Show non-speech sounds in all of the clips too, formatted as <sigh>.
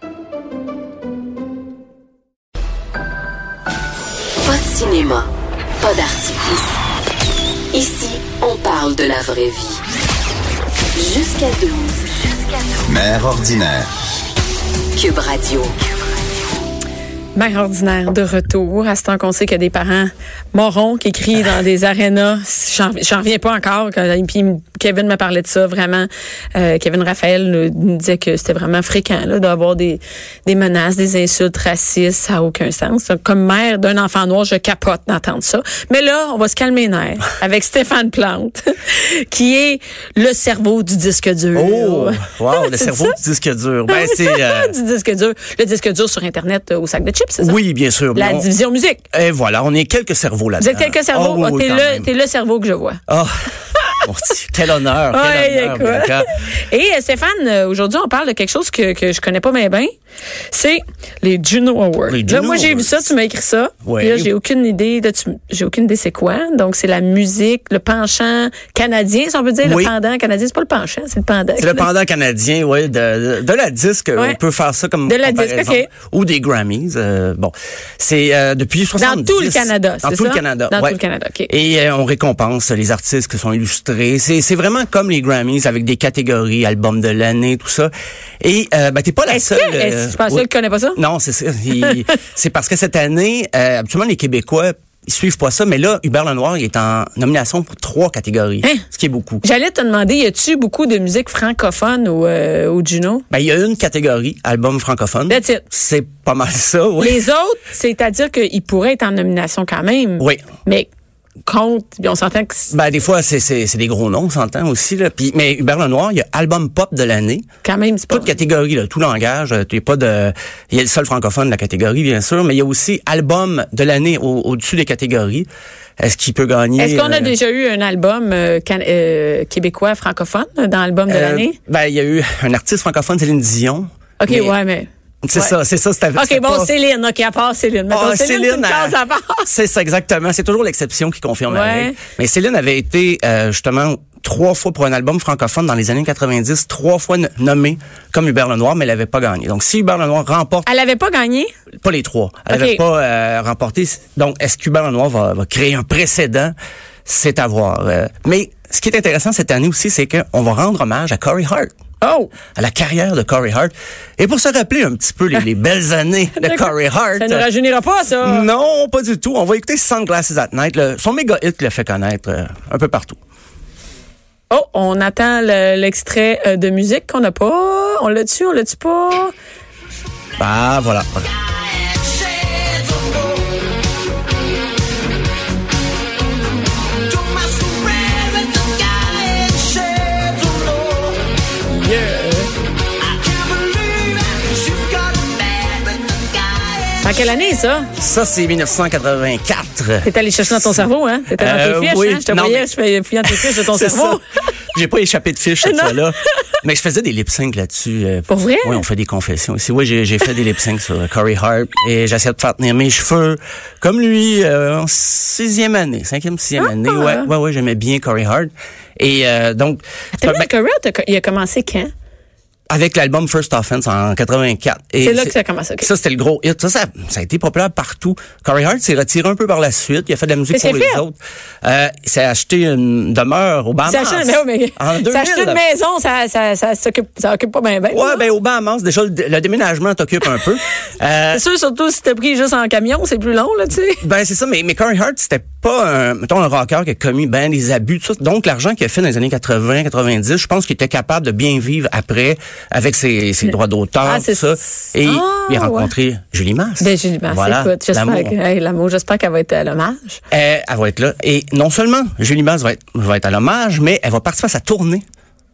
Pas de cinéma, pas d'artifice. Ici, on parle de la vraie vie. Jusqu'à 12. Mère ordinaire. Cube Radio. Mère ordinaire de retour, à ce temps qu'on sait qu'il y a des parents morons qui crient dans <laughs> des arénas. J'en j'en reviens pas encore. Quand- et puis Kevin m'a parlé de ça, vraiment. Euh, Kevin Raphaël nous, nous disait que c'était vraiment fréquent là, d'avoir des, des menaces, des insultes racistes. Ça n'a aucun sens. Comme mère d'un enfant noir, je capote d'entendre ça. Mais là, on va se calmer <laughs> les nerfs avec Stéphane Plante, <laughs> qui est le cerveau du disque dur. Oh, <laughs> wow, le Eh C'est cerveau ça? du disque <laughs> dur. Ben, c'est... euh, du disque dur. Le disque dur sur Internet euh, au sac de chips, c'est ça? oui, bien sûr. mais La on- division musique. Et voilà, on est quelques cerveaux Vous là-dedans. êtes quelques cerveaux. Oh, oui, Ah, oui, t'es, quand le, même. t'es le cerveau que je vois. Ah, mon Dieu, quel honneur, quel Ouais, honneur, écoute. Bianca. <laughs> Et euh, Stéphane, euh, aujourd'hui, on parle de quelque chose que, que je connais pas mais bien. C'est les Juno Awards. Les là, Juno moi, j'ai vu Awards. ça, tu m'as écrit ça. Ouais. Puis Là, j'ai aucune idée. Là, tu- j'ai aucune idée c'est quoi. Donc, c'est la musique, le penchant canadien, si on peut dire, Oui. le pendant canadien. C'est pas le penchant, c'est le pendant. C'est le pendant canadien, ouais, de, de la disque. euh, Ouais. On peut faire ça comme De la comparaison. disque, Ou des Grammys. euh, bon, c'est euh, depuis 70. tout le Canada, Dans c'est tout ça? le Canada. Dans tout ouais. le Canada, OK. Et euh, on récompense les artistes qui sont illustrés. C'est c'est vraiment comme les Grammys avec des catégories, album de l'année, tout ça. Et euh, ben, t'es pas la Est-ce seule. que- est-ce- euh, je pense que tu connais pas ça? Non, c'est ça. <laughs> Il- c'est parce que cette année, euh, habituellement les Québécois ils suivent pas ça, mais là Hubert Lenoir il est en nomination pour trois catégories, Hein? ce qui est beaucoup. J'allais te demander, y a-tu beaucoup de musique francophone au, euh, au Juno? Ben, il y a une catégorie, album francophone. That's it. C'est pas mal ça, oui. Les autres, c'est-à-dire qu'ils pourraient être en nomination quand même. Oui. Mais compte, puis on s'entend que c'est Ben, des fois, c'est, c'est, c'est des gros noms, on s'entend aussi, là. Puis, mais Hubert Lenoir, il y a album pop de l'année. quand même, c'est pas. Toute catégorie, là, tout langage. euh, T'es pas de, il y a le seul francophone de la catégorie, bien sûr, mais il y a aussi album de l'année au, au-dessus des catégories. Est-ce qu'il peut gagner? Est-ce qu'on a euh, déjà eu un album euh, can- euh, québécois francophone dans l'album de euh, l'année? ben, il y a eu un artiste francophone, Céline Dion. OK, Mais <laughs> ouais, mais. C'est ouais. ça, c'est ça, c'était OK, c'était bon, pas- Céline, OK, à part Céline. Mettons, Ah, Céline, c'est une elle- case à part. <laughs> C'est ça, exactement. C'est toujours l'exception qui confirme la Ouais. règle. Mais Céline avait été, euh, justement, trois fois pour un album francophone dans les années 90, trois fois no- nommée comme Hubert Lenoir, mais elle n'avait pas gagné. Donc, si Hubert Lenoir remporte Elle avait pas gagné? pas les trois, elle Ok. n'avait pas euh, remporté, donc est-ce qu'Hubert Lenoir va, va créer un précédent? C'est à voir. Euh, mais ce qui est intéressant cette année aussi, c'est qu'on va rendre hommage à Corey Hart. Oh! À la carrière de Corey Hart. Et pour se rappeler un petit peu les, <laughs> les belles années de Corey Hart. Ça ne rajeunira pas, ça. Non, pas du tout. On va écouter Sunglasses at Night, le- son méga hit qui l'a fait connaître euh, un peu partout. Oh, on attend le- l'extrait euh, de musique qu'on n'a pas. On l'a tu on l'a tu pas? Ah, voilà. En quelle année, ça? Ça, c'est 1984. T'es allé chercher dans ton cerveau, hein? T'étais dans Euh, tes fiches, oui. hein? Je te Non, voyais, mais- je fais- fouillant tes fiches de <laughs> ton C'est ça. <laughs> cerveau. J'ai pas échappé de fiche cette <laughs> Non. fois-là. Mais je faisais des lip syncs là-dessus. euh, Pour vrai? Oui, on fait des confessions ici. Oui, j'ai j'ai fait des lip syncs sur euh, Corey Hart et j'essaie de faire tenir mes cheveux comme lui euh, en sixième année, cinquième, sixième Ah, année. Ouais, hein? ouais, ouais, j'aimais bien Corey Hart. Et euh, donc, T'as ben, vu, Corel, t'as co- il a commencé quand? avec l'album First Offense en 84. Et C'est là que ça a commencé, ok. Ça, c'était le gros hit. Ça, ça, ça a été populaire partout. Corey Hart s'est retiré un peu par la suite. Il a fait de la musique Mais pour c'est les fait. autres. Euh, il s'est acheté une demeure au Bahamas. Ça achète, mais, oh, <laughs> mais- En ça 2000. achète une maison, ça, ça, ça, s'occupe, ça occupe pas bien. Ben, Ouais, ben au Bahamas, déjà, le, le déménagement t'occupe un peu. Euh, C'est sûr, surtout si t'as pris juste en camion, c'est plus long, là, <laughs> tu sais. ben c'est ça, mais, mais Corey Hart, c'était pas un, mettons, un rocker qui a commis ben des abus, tout ça. Donc, l'argent qu'il a fait dans les années 80, 90, je pense qu'il était capable de bien vivre après avec ses, ses droits d'auteur, Ah, c'est- tout ça. Et Ah, il a ouais. rencontré Julie Mars. Ben, Julie Mars, voilà, écoute, j'espère l'amour. que- hey, l'amour, j'espère qu'elle va être à l'hommage. Euh, elle va être là. Et non seulement Julie Mars va être, va être à l'hommage, mais elle va participer à sa tournée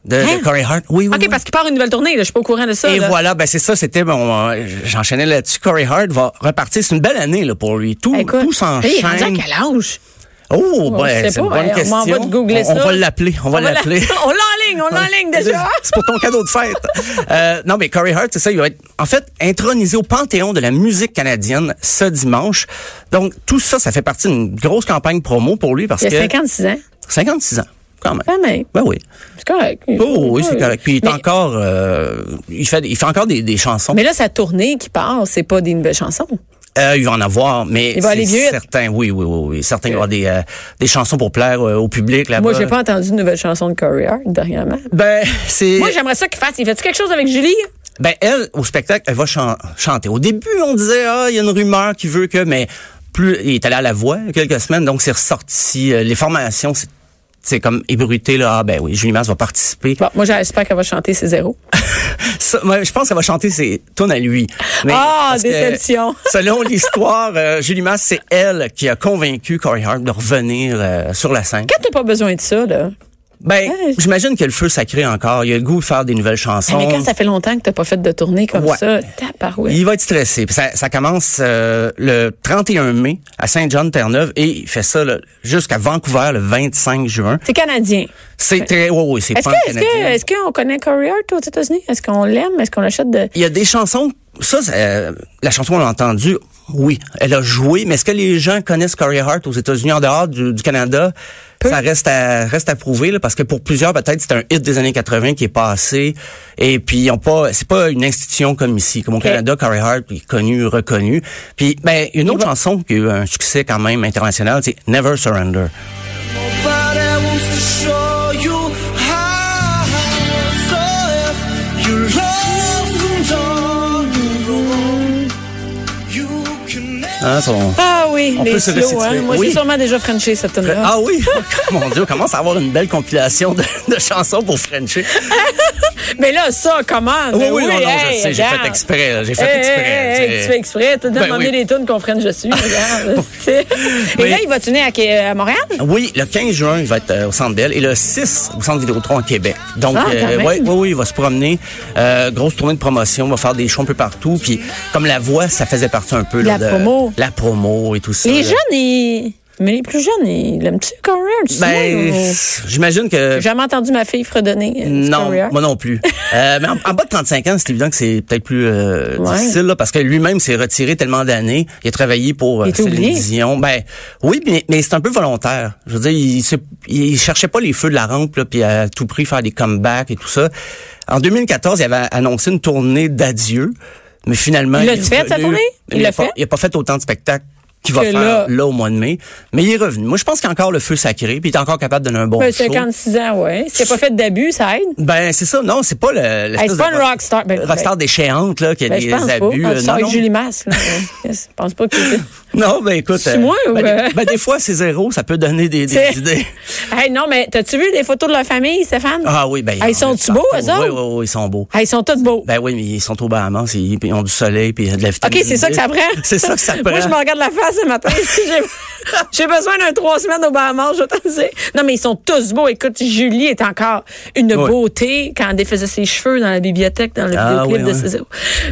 de, de Corey Hart. Oui, oui. Hein? OK, oui. parce qu'il part une nouvelle tournée, là, je suis pas au courant de ça. Mm-hmm. Et là. voilà, ben c'est ça, c'était bon. euh, J'enchaînais là-dessus. Corey Hart va repartir. C'est une belle année là, pour lui. Tout, Écoute, tout hey, rendu à s'enchaîne. quel âge? Oh, On sait ben, c'est une pas, bonne hein, on question. m'en va de googler on, on ça. va l'appeler. On va On va la- l'appeler. <laughs> on l'enligne, <laughs> on l'enligne déjà. C'est pour ton cadeau de fête. Euh, non, mais Corey Hart, c'est ça, il va être en fait intronisé au Panthéon de la musique canadienne ce dimanche. Donc, tout ça, ça fait partie d'une grosse campagne promo pour lui parce Il a que... 56 ans. 56 ans, quand même. Quand même. Ben oui. C'est correct. Oh, oui, c'est correct. Puis il est Ah, mais, encore... euh, il, fait, il fait encore des, des chansons. mais là, sa tournée qui part, c'est pas des nouvelles chansons. Euh, il va en avoir, mais Il va aller c'est vite. certain, oui, oui, oui, oui, certain, il va y avoir des, euh, des chansons pour plaire euh, au public là-bas. Moi, j'ai pas entendu de nouvelles chansons de Corey Hart dernièrement. Ben, c'est... Moi, j'aimerais ça qu'il fasse. Il fait-tu quelque chose avec Julie? Ben elle, au spectacle, elle va chan- chanter. Au début, on disait ah, il y a une rumeur qui veut que, mais plus il est allé à la voix il y a quelques semaines, donc c'est ressorti. Euh, Les formations, c'est c'est comme ébruté là. Ah ben oui, Julie Masse va participer. Bon, moi, j'espère qu'elle va chanter ses zéros. Ça, moi, je pense qu'elle va chanter ses tonnes à lui. Mais- Ah, parce que, déception. <laughs> selon l'histoire, euh, Julie Masse, c'est elle qui a convaincu Corey Hart de revenir euh, sur la scène. Quand t'as pas besoin de ça, là. Ben, Ouais. j'imagine que le feu sacré encore. Il a le goût de faire des nouvelles chansons. Eh, Mais quand ça fait longtemps que t'as pas fait de tournée comme Ah. Ouais. ça, tabarouette. Il va être stressé. Puis Ça, ça commence euh, le 31 mai à Saint-John-Terre-Neuve et il fait ça là, jusqu'à Vancouver le 25 juin. C'est canadien. C'est très... Oui, oui, c'est Est-ce pas que, est-ce que, est-ce qu'on connaît Corey Hart aux États-Unis? Est-ce qu'on l'aime? Est-ce qu'on l'achète de... Il y a des chansons... Ça, ça, euh, la chanson, on l'a entendue. Oui, elle a joué. Mais est-ce que les gens connaissent Corey Hart aux États-Unis, en dehors du, du Canada? Ça reste à, reste à prouver, là, parce que pour plusieurs, peut-être, c'est un hit des années 80 qui est passé. Et puis, ils ont pas, c'est pas une institution comme ici. Comme au Canada, Corey Hart est connu, reconnu. Puis, ben, une autre chanson qui a eu un succès quand même international, c'est Never Surrender. Nobody wants to show you how. So if your love comes on your own, you can never. Hein, son- Ah oui, On les peut se slow, hein. resituer. Moi, Oui. j'ai sûrement déjà Frenché cette tournée-là. Ah oui? <laughs> Mon Dieu, on commence à avoir une belle compilation de, de chansons pour Frenchie. Mais là, ça, comment? Ah Oui, Ben oui, non, non, hey, je sais, j'ai regarde. fait exprès, là, j'ai fait Hey, exprès. hey, hey, c'est- Eh, tu fais exprès, tu as Ben demandé oui. les tunes qu'on freine, je <laughs> suis, regarde. tu sais. Et Oui. là, il va tourner à, à Montréal? Oui, le 15 juin, il va être euh, au Centre Bell et le 6 au Centre Vidéotron à Québec. Donc, euh, Ah, quand même. ouais, ouais, ouais, il va se promener. Euh, grosse tournée de promotion, va faire des shows un peu partout. Puis, comme la voix, ça faisait partie un peu là, La de- promo. La promo et tout ça. les là. jeunes, ils... Mais les plus jeunes, ils l'aiment-tu, Corey Hart? Tu Ben, sais, j'imagine que... J'ai jamais entendu ma fille fredonner. euh, du Non, Corey Hart. moi non <laughs> plus. Euh, mais en, en bas de 35 ans, c'est évident que c'est peut-être plus euh, Ouais. difficile là, parce que lui-même s'est retiré tellement d'années. Il a travaillé pour Il euh, était oublié. Céline Dion. Ben oui, mais, mais c'est un peu volontaire. Je veux dire, il, s'est- il cherchait pas les feux de la rampe là, puis à tout prix faire des comebacks et tout ça. En 2014, il avait annoncé une tournée d'adieu, mais finalement, Il l'a est fait, sa revenu. tournée? Il Mais l'a a pas- fait? Il a pas fait autant de spectacles qu'il va Que faire là. là. au mois de mai, mais il est revenu. Moi, je pense qu'il a encore le feu sacré, puis il est encore capable de donner un bon Ben, show. 56 ans, ouais. S'il n'a pas fait d'abus, ça aide. Ben, c'est ça. Non, c'est pas le. l'espèce c'est pas de une rockstar. Ben, rockstar ben, déchéante, là, qui a Ben, des je pense abus. pas. euh, Ah, tu sors non, avec non. Julie Masse. <laughs> là. Ouais. Je pense pas que... <laughs> Non, ben, écoute. C'est moi, ou, ben, euh? des- ben, des fois, c'est zéro. Ça peut donner des, des C'est- idées. Hey, non, mais t'as-tu vu les photos de leur famille, Stéphane? Ah oui, ben. Ah, ils sont-tu beaux, eux oui, autres? Oui, oui, oui, ils sont beaux. Ah, ils sont tous beaux. Ben oui, mais ils sont au Bahamas, ils, ils ont du soleil, puis de la vitamine OK, c'est ça D. que ça prend. <laughs> C'est ça que ça prend. <laughs> Moi, je me regarde la face ce matin. <laughs> J'ai- J'ai besoin d'un trois semaines au Bahamas, je t'en sais. Non, mais ils sont tous beaux. Écoute, Julie est encore une Oui. beauté quand elle défaisait ses cheveux dans la bibliothèque, dans le Ah, vidéoclip oui, de oui. Césaire.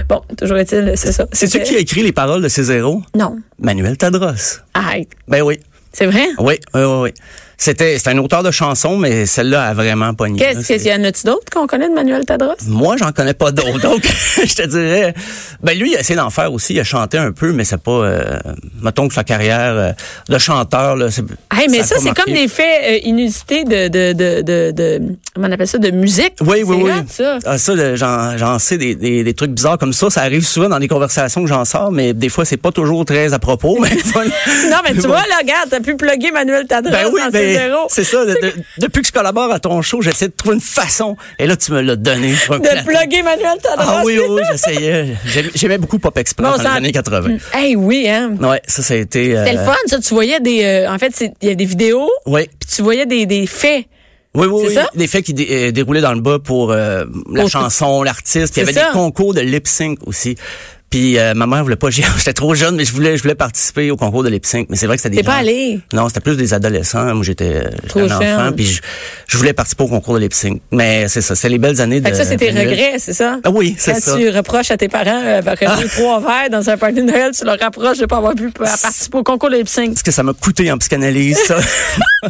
Bon, toujours est-il, c'est ça. C'est-tu qui a écrit les paroles de ces zéros? Non. Manuel Tadros. Arrête. Ben oui. C'est vrai? Oui, oui, oui. oui. C'était, c'est un auteur de chansons, mais celle-là a vraiment pogné. là, Qu'est-ce c'est- Mm. qu'il y en a-tu d'autres qu'on connaît de Manuel Tadros? Moi, j'en connais pas d'autres. Donc, <laughs> je te dirais, ben lui, il a essayé d'en faire aussi. Il a chanté un peu, mais c'est pas, euh, mettons que sa carrière euh, de chanteur là. c'est- Hey, mais ça, a pas c'est marqué. comme des faits euh, inusités de, de, de, de, de- comment on appelle ça, de musique. Oui, oui, C'est oui. hot, ça. Ah, ça, le- j'en, j'en sais des, des, des trucs bizarres comme ça. Ça arrive souvent dans les conversations que j'en sors, mais des fois, c'est pas toujours très à <laughs> propos. Mais voilà. Non, mais tu Ah, <laughs> bon. vois, là, regarde, t'as pu plugger Manuel Tadros Ben oui, dans ses ben, zéros. c'est ça. de- de- depuis que je collabore à ton show, j'essaie de trouver une façon. Et là, tu me l'as donné. sur un De plateau. plugger Manuel Tadros. Ah oui, oui, j'essayais. J'aimais, j'aimais beaucoup Pop Express Bon, dans ça- Mm. les années Euh, 80. Hey, oui, hein. Ouais, ça, ça a été... C'était le euh, fun, ça. Tu voyais des, euh, en fait, c'est- il y a des vidéos, Oui. puis tu voyais des, des faits. Oui, oui, C'est oui. ça? Des faits qui dé- euh, déroulaient dans le bas pour euh, la Pour- chanson, l'artiste. Il y C'est avait ça. des concours de lip sync aussi. Puis euh, ma mère voulait pas. <laughs> J'étais trop jeune, mais je voulais, je voulais participer au concours de lip sync. Mais c'est vrai que c'était des. T'es pas gens- allé? Non, c'était plus des adolescents. Moi, j'étais j'étais Trop un enfant. jeune. Puis je, je voulais participer au concours de lip sync. Mais c'est ça, c'est les belles années de. Fait que ça, c'est tes de- regrets, c'est ça? Euh, Ah oui, c'est ça. Ah. Quand tu reproches à tes parents d'avoir eu trois verres dans un party de Noël, tu leur rapproches de pas avoir pu participer au concours de lip sync. Parce que ça m'a coûté en psychanalyse. <laughs> ça.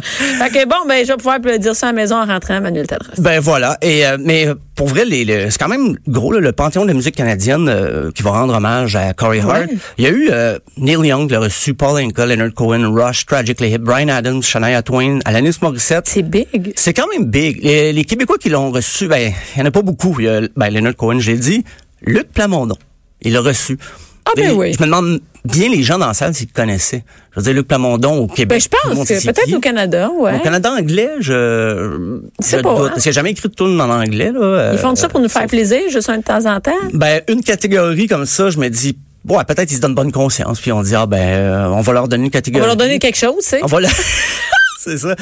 Fait que bon, ben, je vais pouvoir le dire ça à la maison en rentrant, Manuel Tadros. ben voilà. Et euh, mais pour vrai, les, les- c'est quand même gros là, le panthéon de la musique canadienne euh, qui va rendre hommage à Corey Hart. Il y a eu euh, Neil Young l'a reçu, Paul Anka, Leonard Cohen, Rush, Tragically Hip, Brian Adams, Shania Twain, Alanis Morissette. C'est big. C'est quand même big. Les, les Québécois qui l'ont reçu, ben, il y en a pas beaucoup. Il y a, ben, Leonard Cohen, j'ai dit. Luc Plamondon, il l'a reçu. Ah, ben Et oui. Je me demande bien les gens dans la salle s'ils le connaissaient. Je veux dire, Luc Plamondon au Québec. Ben, je tout le pense monde sait que c'est peut-être qui. au Canada, ouais. Au Canada anglais, je, C'est je pas, hein? doute. Parce que j'ai jamais écrit de tune en anglais, là. euh, Ils font ça pour nous faire plaisir, juste un de temps en temps. Ben, une catégorie comme ça, je me dis, ouais, peut-être ils se donnent bonne conscience, puis on dit, ah, ben, euh, on va leur donner une On catégorie. va leur donner quelque chose, tu sais. On va le- <laughs> C'est ça.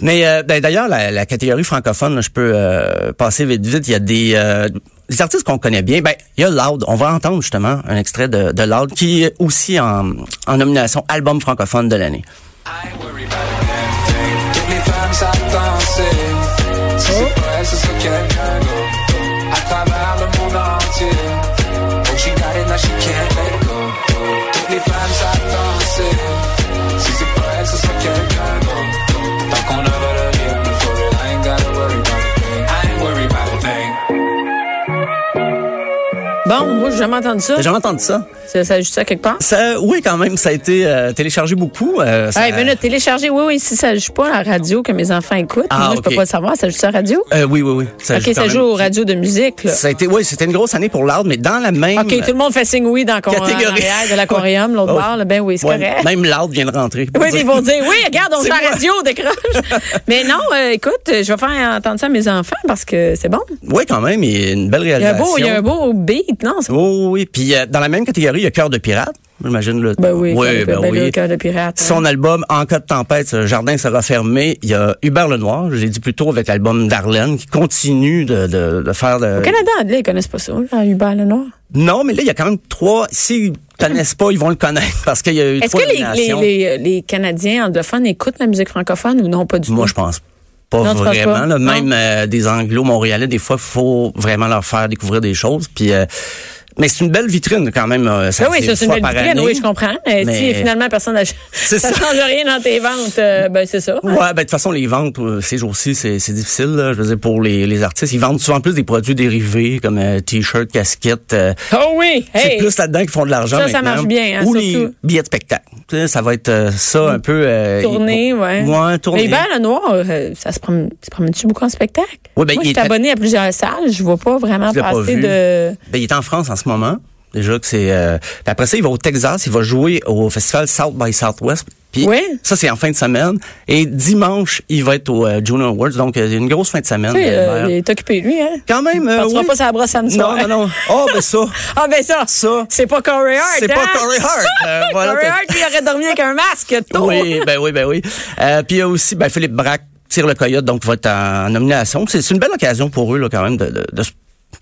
Mais euh, ben, d'ailleurs, la, la catégorie francophone, là, je peux euh, passer vite vite. Il y a des, euh, des artistes qu'on connaît bien. Ben, il y a Loud. On va entendre justement un extrait de, de Loud qui est aussi en, en nomination album francophone de l'année. I worry about everything. Get les femmes ça danser. Si c'est pas elle, ce sera quelqu'un d'autre. À travers le monde entier. Oh, she got it, now she can't let go. Get les femmes ça danser. Si c'est pas elle, ce sera quelqu'un d'autre. Tant qu'on aura le rythme for it, I ain't gotta worry about a thing. I ain't worry about a thing. Bon, moi, j'ai jamais entendu ça. T'as jamais entendu ça? Ça, ça ajoute ça quelque part? ça oui, quand même, ça a été euh, téléchargé beaucoup. euh, ça- Ah, ben là, télécharger, oui, oui, si ça joue pas à la radio que mes enfants écoutent, Ah, moi, je peux ok. pas le savoir, ça joue ça à la radio? Euh, oui, oui, oui. Ça OK, quand ça même. joue aux radios de musique, là. Ça a été, oui, c'était une grosse année pour Loud, mais dans la même. OK, tout le monde fait signe oui dans qu'on- en Catégorie. <laughs> arrière de l'aquarium, l'autre Oh. bar, là, ben oui, c'est Ouais, correct. Même Loud vient de rentrer. Oui, mais ils vont dire, oui, regarde, <laughs> on C'est est à la moi. radio, <laughs> décroche. Mais non, euh, écoute, euh, je vais faire entendre ça à mes enfants parce que c'est bon. Oui, quand même, il y a une belle Il y a un réalisation. beau, il y a un beau beat, non? c'est- Oh oui, puis euh, dans la même catégorie, il y a Cœur de pirate, j'imagine. Là, Ben oui, Ouais, cœur de- ben ben là, oui. cœur de pirate, hein. Son album En cas de tempête, ce jardin sera fermé. Il y a Hubert Lenoir, je l'ai dit plus tôt avec l'album Darlene, qui continue de, de, de faire de... Au Canada anglais, ils connaissent pas ça, là, Hubert Lenoir. Non, mais là, il y a quand même trois... S'ils connaissent pas, ils vont le connaître parce qu'il y a eu Est-ce trois que les, les, nominations. les, les Canadiens anglophones écoutent la musique francophone ou non pas du Moi, tout? je pense pas Non, tu penses vraiment. pas? là. Non. Même euh, des Anglo-Montréalais, des fois, faut vraiment leur faire découvrir des choses. Puis, euh, mais c'est une belle vitrine quand même. euh, Ben oui, ça, c'est une fois belle par vitrine, année. oui, je comprends. Mais Mais- si finalement personne n'ach- C'est <laughs> ça ça. change rien dans tes ventes, euh, ben c'est ça. Ouais, ben de toute façon, les ventes euh, ces jours-ci, c'est c'est difficile. là. Je veux dire, pour les, les artistes, ils vendent souvent plus des produits dérivés comme euh, t-shirts, casquettes. euh, Oh oui! C'est Hey! plus là-dedans qu'ils font de l'argent Ça, ça maintenant. marche bien, hein, Ou les surtout. billets de spectacle. Tu sais, ça va être euh, ça un peu. Euh, Tournée, ouais. Ouais, tournée. Mais Hubert Lenoir, euh, ça se prom- se promène-tu beaucoup en spectacle? Ouais, ben, Moi, il je suis est- abonné à plusieurs salles, je vois pas vraiment Tu l'as pas passer vu. de... Ben, il est en France en ce moment. Déjà que c'est. euh, puis après ça, il va au Texas, il va jouer au festival South by Southwest. Puis Ouais. ça, c'est en fin de semaine. Et dimanche, il va être au euh, Juno Awards. Donc, euh, une grosse fin de semaine. Tu sais, euh, Hubert. il est occupé, lui, hein? Quand même. ne euh, partira oui. pas sa brosse samedi Non, soir. non, non. Oh, ben <laughs> ça. Ah ben ça, Ça. c'est pas Corey Hart, C'est pas hein? Corey Hart. Euh, <laughs> voilà, Corey t'as- Hart, lui, il aurait dormi avec <laughs> un masque, tôt. Oui, ben oui, ben oui. Euh, puis il y a aussi ben, Philippe Braque tire le coyote, donc va être en nomination. C'est c'est une belle occasion pour eux, là, quand même, de, de- de se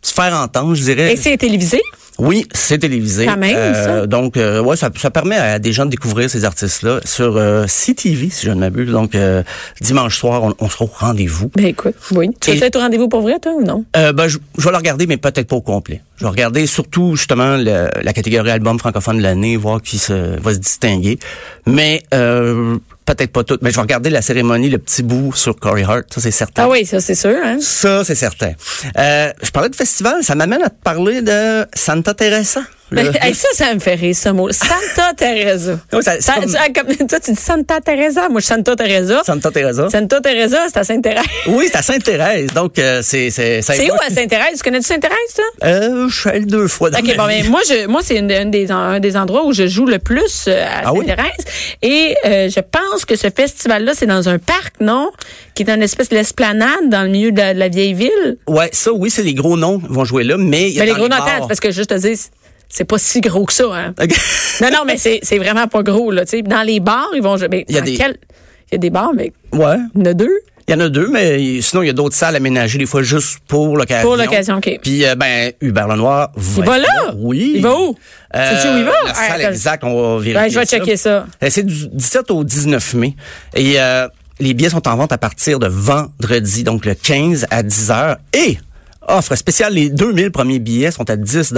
se faire entendre, je dirais. Et c'est télévisé? Oui, c'est télévisé. Quand même, ça. Donc, euh, ouais, ça, ça permet à des gens de découvrir ces artistes-là sur euh, CTV, si je ne m'abuse. Donc, euh, dimanche soir, on, on sera au rendez-vous. Ben écoute, oui. Tu vas Et- peut-être au rendez-vous pour vrai, toi, ou non? Euh, ben, je, je vais le regarder, mais peut-être pas au complet. Je vais regarder surtout justement le- la catégorie album francophone de l'année, voir qui se, va se distinguer. Mais euh, peut-être pas tout. Mais je vais regarder la cérémonie, le petit bout sur Corey Hart, ça c'est certain. Ah oui, ça, c'est sûr, hein? Ça, c'est certain. Euh, je parlais de festival, ça m'amène à te parler de Santa Teresa. Ben, Le- <laughs> <laughs> hey, ça, ça me fait rire, ce mot. Santa Teresa. Ouais, ça- c'est Ça- comme- ça- comme- toi, tu dis Santa Teresa. Moi, je suis Santa Teresa. Santa Teresa. Santa Teresa, c'est à Sainte-Thérèse. Oui, c'est à Sainte-Thérèse. Donc, euh, c'est... C'est ça C'est où évoque- à Sainte-Thérèse? Tu connais-tu Sainte-Thérèse, toi? Euh, je suis allé deux fois dans OK, ma bon, vie. ben, moi, je, moi c'est une, une des, un des endroits où je joue le plus euh, à Ah oui? Sainte-Thérèse. Et euh, je pense que ce festival-là, c'est dans un parc, non? Qui est une espèce d'esplanade dans le milieu de la, de la vieille ville. Ouais, ça, oui, c'est les gros noms qui vont jouer là, mais... il y a Mais les dans gros bars. notables, parce que juste te dire, c'est pas si gros que ça, hein? OK. <laughs> Non, non, mais c'est c'est vraiment pas gros, là. tu sais. Dans les bars, ils vont. jouer- Mais Il y a dans des- quel- Il y a des bars, mais Ouais. il y en a deux. Il y en a deux, mais sinon, il y a d'autres salles aménagées, des fois, juste pour l'occasion. Pour l'occasion, OK. Puis, euh, ben, Hubert Lenoir Il va être là? Oui. Il va où? Euh, Sais-tu où il va? La Ah, salle attends. exacte, on va vérifier Ben, je vais checker ça. Euh, C'est du 17 au 19 mai. Et euh, les billets sont en vente à partir de vendredi, donc le 15 à 10 heures. Et offre spéciale, les 2000 premiers billets sont à 10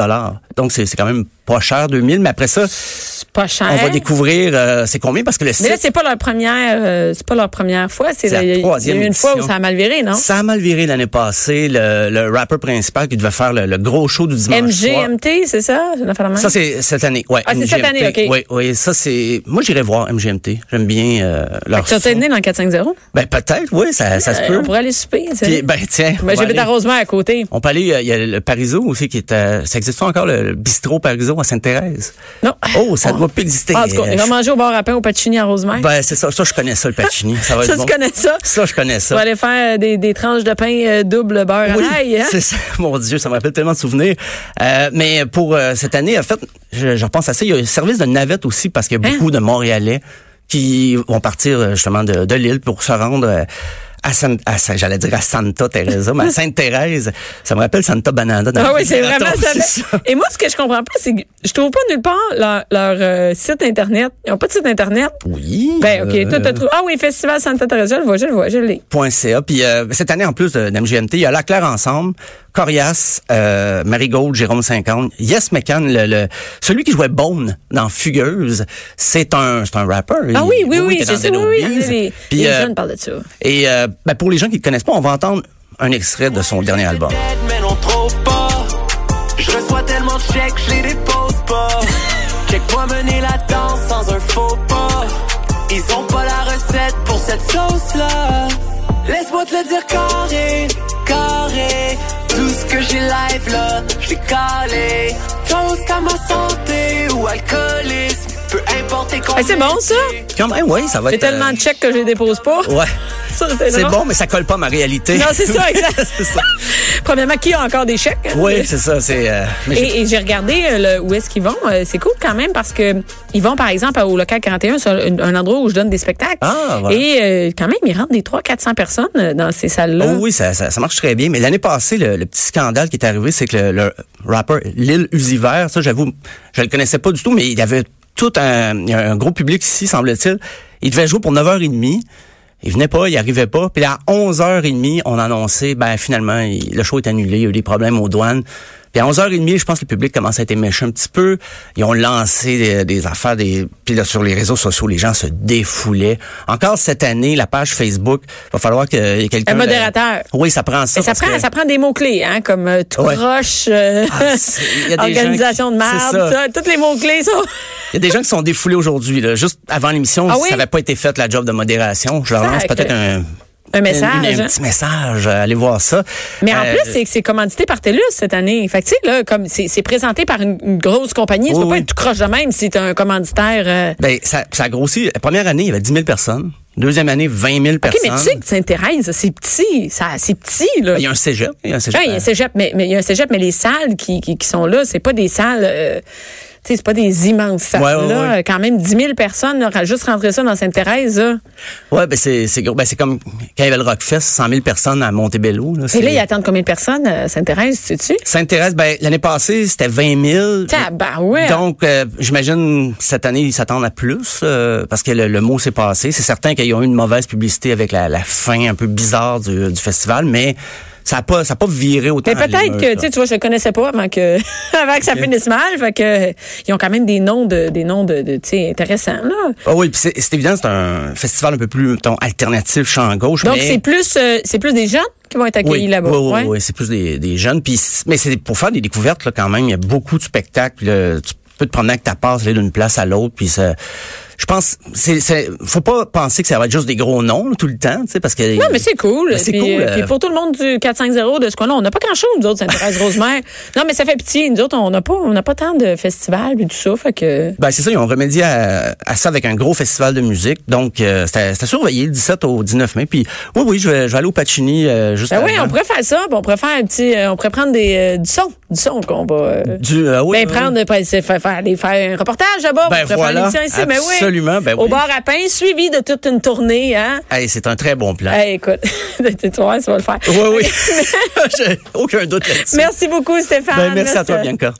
Donc, c'est c'est quand même pas cher, 2000. Mais après ça, C'est pas cher. on va découvrir euh, c'est combien parce que le Mais là, site... c'est pas leur première, euh, c'est pas leur première fois. C'est C'est la il y a eu troisième une fois où édition. ça a mal viré, non? Ça a mal viré l'année passée. Le, le rappeur principal qui devait faire le, le gros show du dimanche soir. MGMT, c'est ça? C'est une affaire de même? Ça, c'est cette année. Ouais, hein? Ah, c'est cette MGMT. année, OK. Oui, oui, ça, c'est... Moi, j'irai voir MGMT. J'aime bien euh, leur Tu as son. été né dans le 450? Ben, peut-être, oui, ça, ça se Euh, peut. on pourrait aller souper. tu sais. Puis, ben, tiens. on va Ben, J'habite aller- à Rosemère à côté. On peut aller, euh, il y a le Pariso aussi qui est à, ça existe encore le le bistrot Pariso à Sainte-Thérèse? Non. Oh, ça On- doit pas exister. En tout cas, on va Euh, manger au bar à pain au Pacini à Rosemère. ben, c'est ça, ça, je connais ça, le Pacini. Ça va être ça, bon. <laughs> tu connais ça? Ça, je connais Tu vas ça. aller faire des, des tranches de pain euh, double beurre Oui, à l'ail, hein? c'est ça. <laughs> Mon Dieu, ça me rappelle tellement de souvenirs. Euh, mais pour euh, cette année, en fait, je, je repense à ça. Il y a un service de navette aussi parce qu'il y a Hein? beaucoup de Montréalais qui vont partir euh, justement de, de l'île pour se rendre euh, à, San- à San- j'allais dire à Santa Teresa, <laughs> mais à Sainte-Thérèse. Ça me rappelle Santa Banana. dans Ah le oui, c'est marathon, vraiment ça. c'est ça. Et moi, ce que je comprends pas, c'est que je trouve pas nulle part leur, leur, euh, site Internet. Ils ont pas de site Internet. Oui. Ben, euh, OK, toi, t'as trouvé. Ah oui, Festival Santa Teresa, je le vois, je le vois, je l'ai. .ca. Puis euh, cette année, en plus de, d'MGMT, il y a La Claire Ensemble, Corias, euh, Marigold, Jérôme 50, Yes McCann, le, le- celui qui jouait Bone dans Fugueuse, c'est un, c'est un rapper. Ah oui, oui, oui, il était je dans sais, Dead oui, oui, Obies. les, Puis, les euh, jeunes parlent de ça. Et euh, ben, pour les gens qui ne connaissent pas, on va entendre un extrait de son dernier album. Tête, mais non trop pas. Je reçois tellement de chèques, je les dépose <laughs> pas. Check-moi mener la danse sans un faux pas. Ils ont pas la recette pour cette sauce-là. Laisse-moi te le dire carré, carré. Tout ce que j'ai live là, j'ai calé. Toast à ma santé ou alcoolisme, peu importe tes Ah, c'est bon, ça? Quand même, oui, ça va J'ai être... euh, tellement de chèques que je les dépose pas. Ouais. Ça, C'est drôle. bon, mais ça colle pas à ma réalité. Non, c'est ça, exact. <laughs> c'est ça. Premièrement, qui a encore des chèques? hein? Oui, c'est ça. C'est, euh, mais j'ai- Et, et j'ai regardé euh, le- où est-ce qu'ils vont. Euh, c'est cool quand même parce que ils vont, par exemple, au local 41, c'est un, un endroit où je donne des spectacles. Ah, voilà. Et euh, quand même, ils rentrent des 300-400 personnes euh, dans ces salles-là. Oh oui, ça, ça, ça marche très bien. Mais l'année passée, le, le petit scandale qui est arrivé, c'est que le, le rapper Lil Uzi Vert, ça, j'avoue, je le connaissais pas du tout, mais il avait tout un, il y a un gros public ici, semble-t-il. Il devait jouer pour 9h30. Il venait pas, il arrivait pas. Puis à 11h30, on annonçait, ben finalement, il- le show est annulé, il y a eu des problèmes aux douanes. Puis à 11h30, je pense que le public commence à être méchant un petit peu. Ils ont lancé des, des affaires, des, puis là, sur les réseaux sociaux, les gens se défoulaient. Encore cette année, la page Facebook, va falloir qu'il y ait quelqu'un... Un modérateur. Euh, Oui, ça prend ça. Mais ça parce prend, que- ça prend des mots-clés, hein, comme euh, tout Ouais. croche, euh, Ah, c'est- il y <laughs> a des gens organisation qui- de merde, c'est ça. ça. Tous les mots-clés sont. <laughs> Il y a des gens qui sont défoulés aujourd'hui. là. Juste avant l'émission, Ah si oui? ça n'avait pas été fait, la job de modération. Je leur lance Exact. peut-être un... Un message, Un, un hein. petit message. euh, Allez voir ça. Mais en Euh, plus, c'est que c'est commandité par TELUS cette année. Fait que, tu sais, là, comme c'est c'est présenté par une, une grosse compagnie, tu Oui, peux pas oui. être tout croche de même si t'as un commanditaire. euh, Ben, ça, ça a grossi. La première année, il y avait 10 000 personnes. Deuxième année, 20 000 OK, personnes. mais tu sais que Sainte-Thérèse, c'est petit. Ça, c'est petit, là. Il y a un cégep. Il y a un cégep. euh, Ouais, il y a un cégep, mais, mais il y a un cégep, mais les salles qui, qui, qui sont là, c'est pas des salles, euh, tu sais, c'est pas des immenses salles. Ouais, ouais, là. ouais. Quand même, 10 000 personnes, là, juste rentrer ça dans Sainte-Thérèse, là. Ouais, ben, c'est, c'est gros. Ben, c'est comme quand il y avait le Rockfest, 100 000 personnes à Montebello. Là, Et c'est- là, ils attendent combien de personnes, euh, Sainte-Thérèse, tu sais-tu? bah Sainte-Thérèse, ben, l'année passée, c'était 20 000. Tabarouette! Donc, euh, j'imagine cette année, ils s'attendent à plus euh, parce que le, le mot s'est passé. C'est certain qu'ils ont eu une mauvaise publicité avec la, la fin un peu bizarre du, du festival, mais ça n'a pas, ça a pas viré autant. Mais à peut-être l'émeute, que, là. tu sais, tu vois, je le connaissais pas avant que, <laughs> avant que ça finisse mal. Fait que, euh, ils ont quand même des noms de, des noms de, de, tu sais, intéressants, là. Ah oui, puis c'est c'est évident, c'est un festival un peu plus mettons, alternatif, champ gauche. Donc, mais- c'est plus, euh, c'est plus des jeunes qui vont être accueillis oui, là-bas. Oui, oui, ouais. oui, c'est plus des, des jeunes. Puis, c- mais c'est pour faire des découvertes là, quand même. Il y a beaucoup de spectacles. puis là, tu peux te promener avec ta passe, aller d'une place à l'autre. Puis ça, je pense, c'est, c'est, faut pas penser que ça va être juste des gros noms là, tout le temps, tu sais, parce que Non, mais c'est cool. Ben, c'est puis, cool, euh, euh. puis pour tout le monde du 450 de ce qu'on a, on n'a pas grand-chose, nous autres, Sainte-Thérèse Rosemère. Non, mais ça fait pitié. Nous autres, on n'a pas, on n'a pas tant de festivals et tout ça. Fait que. Ben, c'est ça, ils ont remédié à, à ça avec un gros festival de musique. Donc, euh, c'était c'était surveillé le 17 au 19 mai. Puis, oui, oui, je vais, je vais aller au Pacini euh, juste Ben oui, avant. on pourrait faire ça, puis on pourrait faire un petit. euh, on pourrait prendre des, euh, du son. Du son qu'on va. euh, Du, euh, oui, ben, oui. prendre, pas- c'est faire, faire, aller faire un reportage là-bas. Ben on pourrait voilà, faire une émission ici. Mais oui, Absolument, ben Au oui. bar à pain, suivi de toute une tournée, hein? Hey, c'est un très bon plan. Hey, écoute, <laughs> tais-toi, tu vas le faire. <laughs> Oui, oui. <laughs> J'ai aucun doute là-dessus. Merci beaucoup, Stéphane. Ben, merci à toi, Bianca.